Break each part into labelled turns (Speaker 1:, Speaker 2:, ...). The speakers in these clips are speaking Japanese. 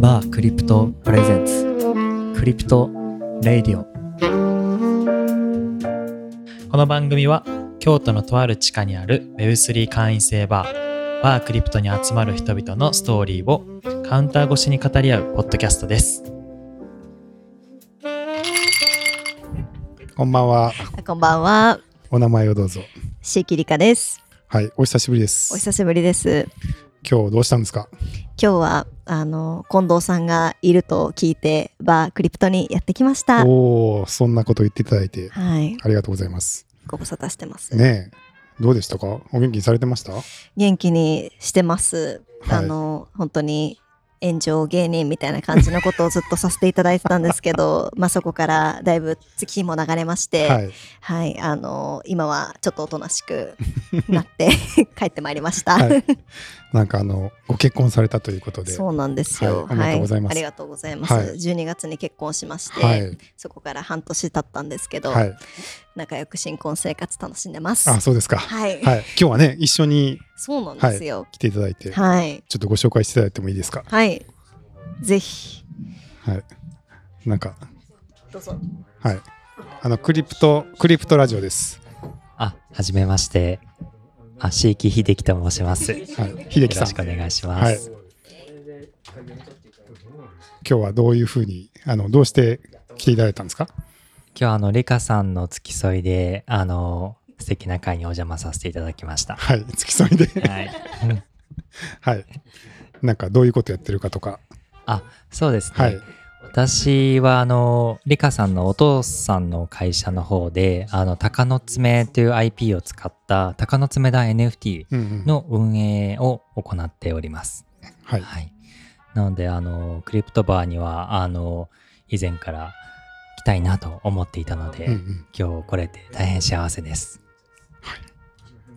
Speaker 1: バークリプトプレゼンツクリプトレイディオ
Speaker 2: この番組は京都のとある地下にある Web3 会員制バーバークリプトに集まる人々のストーリーをカウンター越しに語り合うポッドキャストです
Speaker 3: こんばんは。
Speaker 4: こんばんは、
Speaker 3: お名前をどうぞ。
Speaker 4: シーキリカです。
Speaker 3: はい、お久しぶりで
Speaker 4: お
Speaker 3: す。
Speaker 4: 久しぶりです。
Speaker 3: 今日どうしたんですか。
Speaker 4: 今日はあの近藤さんがいると聞いて、バークリプトにやってきました。は
Speaker 3: おお、そんなこと言っていただいて
Speaker 4: い、
Speaker 3: ありがとうございます。
Speaker 4: ご無沙汰してます。
Speaker 3: ねえ、どうでしたか。お元気にされてました。
Speaker 4: 元気にしてます。
Speaker 3: はい
Speaker 4: あの本当に炎上芸人みたいな感じのことをずっとさせていただいてたんです けど、まあそこからだいぶ月日も流れまして、は、
Speaker 3: はいい。
Speaker 4: あの今はちょっとおとなしくなって 帰ってまいりました。
Speaker 3: はい。なんかあのご結婚されたということで。
Speaker 4: そうなんですよ。
Speaker 3: はいおめでとうございます
Speaker 4: ありがとうございます。
Speaker 3: はい
Speaker 4: 12月に結婚しまして、
Speaker 3: はい。
Speaker 4: そこから半年経ったんですけど、
Speaker 3: はい。
Speaker 4: 仲良く新婚生活楽しんでます。
Speaker 3: あ、そうですか。
Speaker 4: はい、
Speaker 3: はい。今日はね、一緒に
Speaker 4: そうなんですよ。
Speaker 3: 来ていただいて、ちょ
Speaker 4: はい、
Speaker 3: っとご紹介していただいてもいいですか。
Speaker 4: はい、ぜひ
Speaker 3: はい。なんか、
Speaker 4: どうぞ。
Speaker 3: はい。あのクリプト、クリプトラジオです。
Speaker 5: あ、はじめまして。あ、椎木秀樹と申します。よ
Speaker 3: はい。秀
Speaker 5: ろ
Speaker 3: 樹さん。
Speaker 5: しくお願いしま
Speaker 3: はい
Speaker 5: す。。
Speaker 3: 今日はどういうふうに、あの、どうして来ていただいたんですか。
Speaker 5: 今日あのリカさんの付き添いで、あの素敵な会にお邪魔させていただきました。
Speaker 3: はい、 付き添いで、
Speaker 5: はい。
Speaker 3: はい。なんかどういうことやってるかとか、
Speaker 5: あ、そうですね。
Speaker 3: はい、
Speaker 5: 私はあのリカさんのお父さんの会社の方で、あの鷹の爪という IP を使った鷹の爪だ NFT
Speaker 3: うんうん、
Speaker 5: の運営を行っております。
Speaker 3: はい、
Speaker 5: はい、なのであのクリプトバーにはあの以前から来たいなと思っていたので、
Speaker 3: うんうん、
Speaker 5: 今日来れて大変幸せです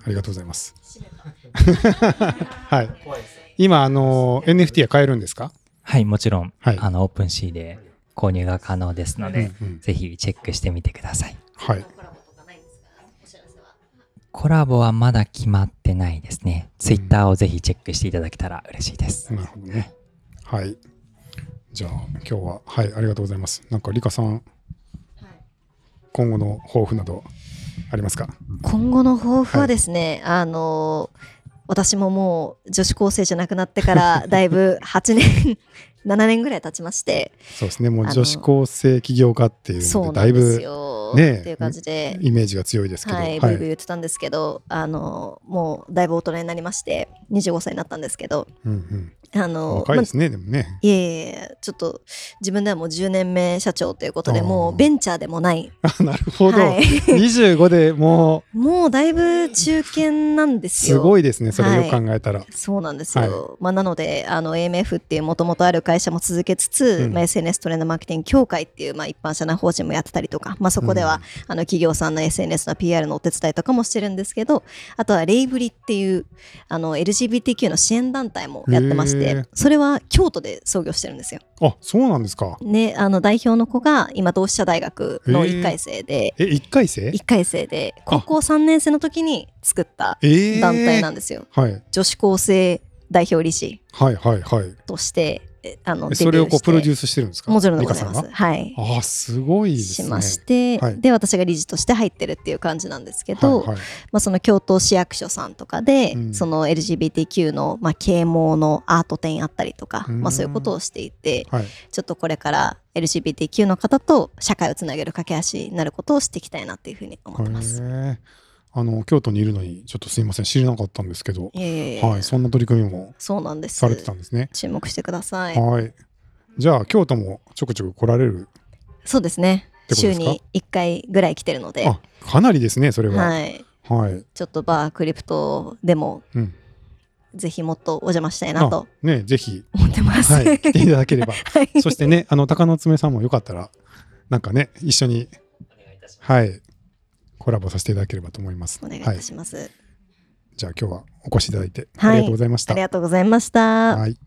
Speaker 3: ありがとうございます。はい、今あの NFT は買えるんですか？
Speaker 5: はいもちろん、
Speaker 3: はい
Speaker 5: あのオープンシーで購入が可能ですの
Speaker 3: うん
Speaker 5: で、
Speaker 3: うん、
Speaker 5: ぜひチェックしてみてください
Speaker 3: はい、
Speaker 5: コラボはまだ決まってないですね Twitter をぜひチェックしていただけたら嬉しいです、
Speaker 3: なるほどね。はい、じゃあ今日ははいありがとうございます。なんかリカさん、今後の抱負などありますか？
Speaker 4: 今後の抱負はですね、あの私ももう女子高生じゃなくなって からだいぶ8年7年ぐらい経ちまして、
Speaker 3: そうですね、も
Speaker 4: あ
Speaker 3: う
Speaker 4: の
Speaker 3: 女子高生起業家っていうの
Speaker 4: そう
Speaker 3: でだ
Speaker 4: ないんです
Speaker 3: ぶ
Speaker 4: よ。
Speaker 3: ねえ
Speaker 4: っていう感じで、
Speaker 3: イメージが強いですけど、
Speaker 4: はい、ブイブイ言ってたんですけど、あのもうだいぶ大人になりまして25歳になったんですけど
Speaker 3: うんうん、
Speaker 4: あの
Speaker 3: 若い
Speaker 4: ま
Speaker 3: ですね、でもね。
Speaker 4: いえいえちょっと自分ではもう10年目社長ということで
Speaker 3: あー
Speaker 4: もうベンチャーでもない、
Speaker 3: あなるほど。
Speaker 4: はい、
Speaker 3: 25でも
Speaker 4: もうだいぶ中堅なんで
Speaker 3: う
Speaker 4: す
Speaker 3: す
Speaker 4: よ。
Speaker 3: ごいですね、それよく考えたら。
Speaker 4: そうなんですよ、
Speaker 3: は
Speaker 4: まあ、なのであの AMF っていうもともとある会社も続けつつ、
Speaker 3: うん
Speaker 4: まあ、SNS トレンドマーケティング協会っていう、まあ、一般社団法人もやってたりとか、まあ、そこでは、あの企業さんの SNS の PR のお手伝いとかもしてるんですけどあとはレイブリっていうあの LGBTQ の支援団体もやってまし
Speaker 3: へ
Speaker 4: て
Speaker 3: ー
Speaker 4: それは京都で創業してるんですよ。
Speaker 3: あそうなんですか。
Speaker 4: であの代表の子が今同志社大学の1回生で
Speaker 3: え、1回生
Speaker 4: 1回生で高校3年生の時に作った
Speaker 3: えー
Speaker 4: 団体なんですよ。
Speaker 3: はい
Speaker 4: 女子高生代表理事
Speaker 3: はいはいはい
Speaker 4: としてえあの
Speaker 3: え。それをこうプロデュー
Speaker 4: ス
Speaker 3: スしてるんですか
Speaker 4: もちろんで
Speaker 3: リ
Speaker 4: ご
Speaker 3: カ
Speaker 4: ざ
Speaker 3: さ
Speaker 4: い
Speaker 3: ん
Speaker 4: ます
Speaker 3: が。
Speaker 4: はい
Speaker 3: あーすごいです
Speaker 4: し
Speaker 3: ね。
Speaker 4: まして、
Speaker 3: はい
Speaker 4: で私が理事として入ってるっていう感じなんですけど、
Speaker 3: はいはい
Speaker 4: まあ、その京都市役所さんとかで、
Speaker 3: うん
Speaker 4: その LGBTQ の、まあ、啓蒙のアート展やったりとか、
Speaker 3: うん
Speaker 4: まあ、そういうことをしていて
Speaker 3: はい
Speaker 4: ちょっとこれから LGBTQ の方と社会をつなげる架け橋になることをしていきたいなっていうふうに思ってます。
Speaker 3: へーあの京都にいるのにちょっとすいません知らなかったんですけど、
Speaker 4: いえいえいえ
Speaker 3: はいそんな取り組みも
Speaker 4: そうなんです
Speaker 3: されてたんですね。
Speaker 4: 注目してください。
Speaker 3: はい。じゃあ京都もちょくちょく来られる。
Speaker 4: そうですね
Speaker 3: てことで
Speaker 4: 週
Speaker 3: すか
Speaker 4: に1回ぐらい来てるので、
Speaker 3: あかなりですねそれは。
Speaker 4: はい、
Speaker 3: はい。
Speaker 4: ちょっとバークリプトでも
Speaker 3: うん。
Speaker 4: ぜひもっとお邪魔したいな
Speaker 3: あ
Speaker 4: と
Speaker 3: ねぜひ
Speaker 4: 思ってます。
Speaker 3: はい、来ていただければ。
Speaker 4: はい
Speaker 3: そしてね、あの、鷹の爪さんもよかったら、なんかね、一緒に、はい、コラボさせていただければと思います。
Speaker 4: お願いい
Speaker 3: は
Speaker 4: たします。
Speaker 3: じゃあ今日はお越しいただいて、
Speaker 4: はい
Speaker 3: ありがとうございました。
Speaker 4: ありがとうございました。
Speaker 3: はい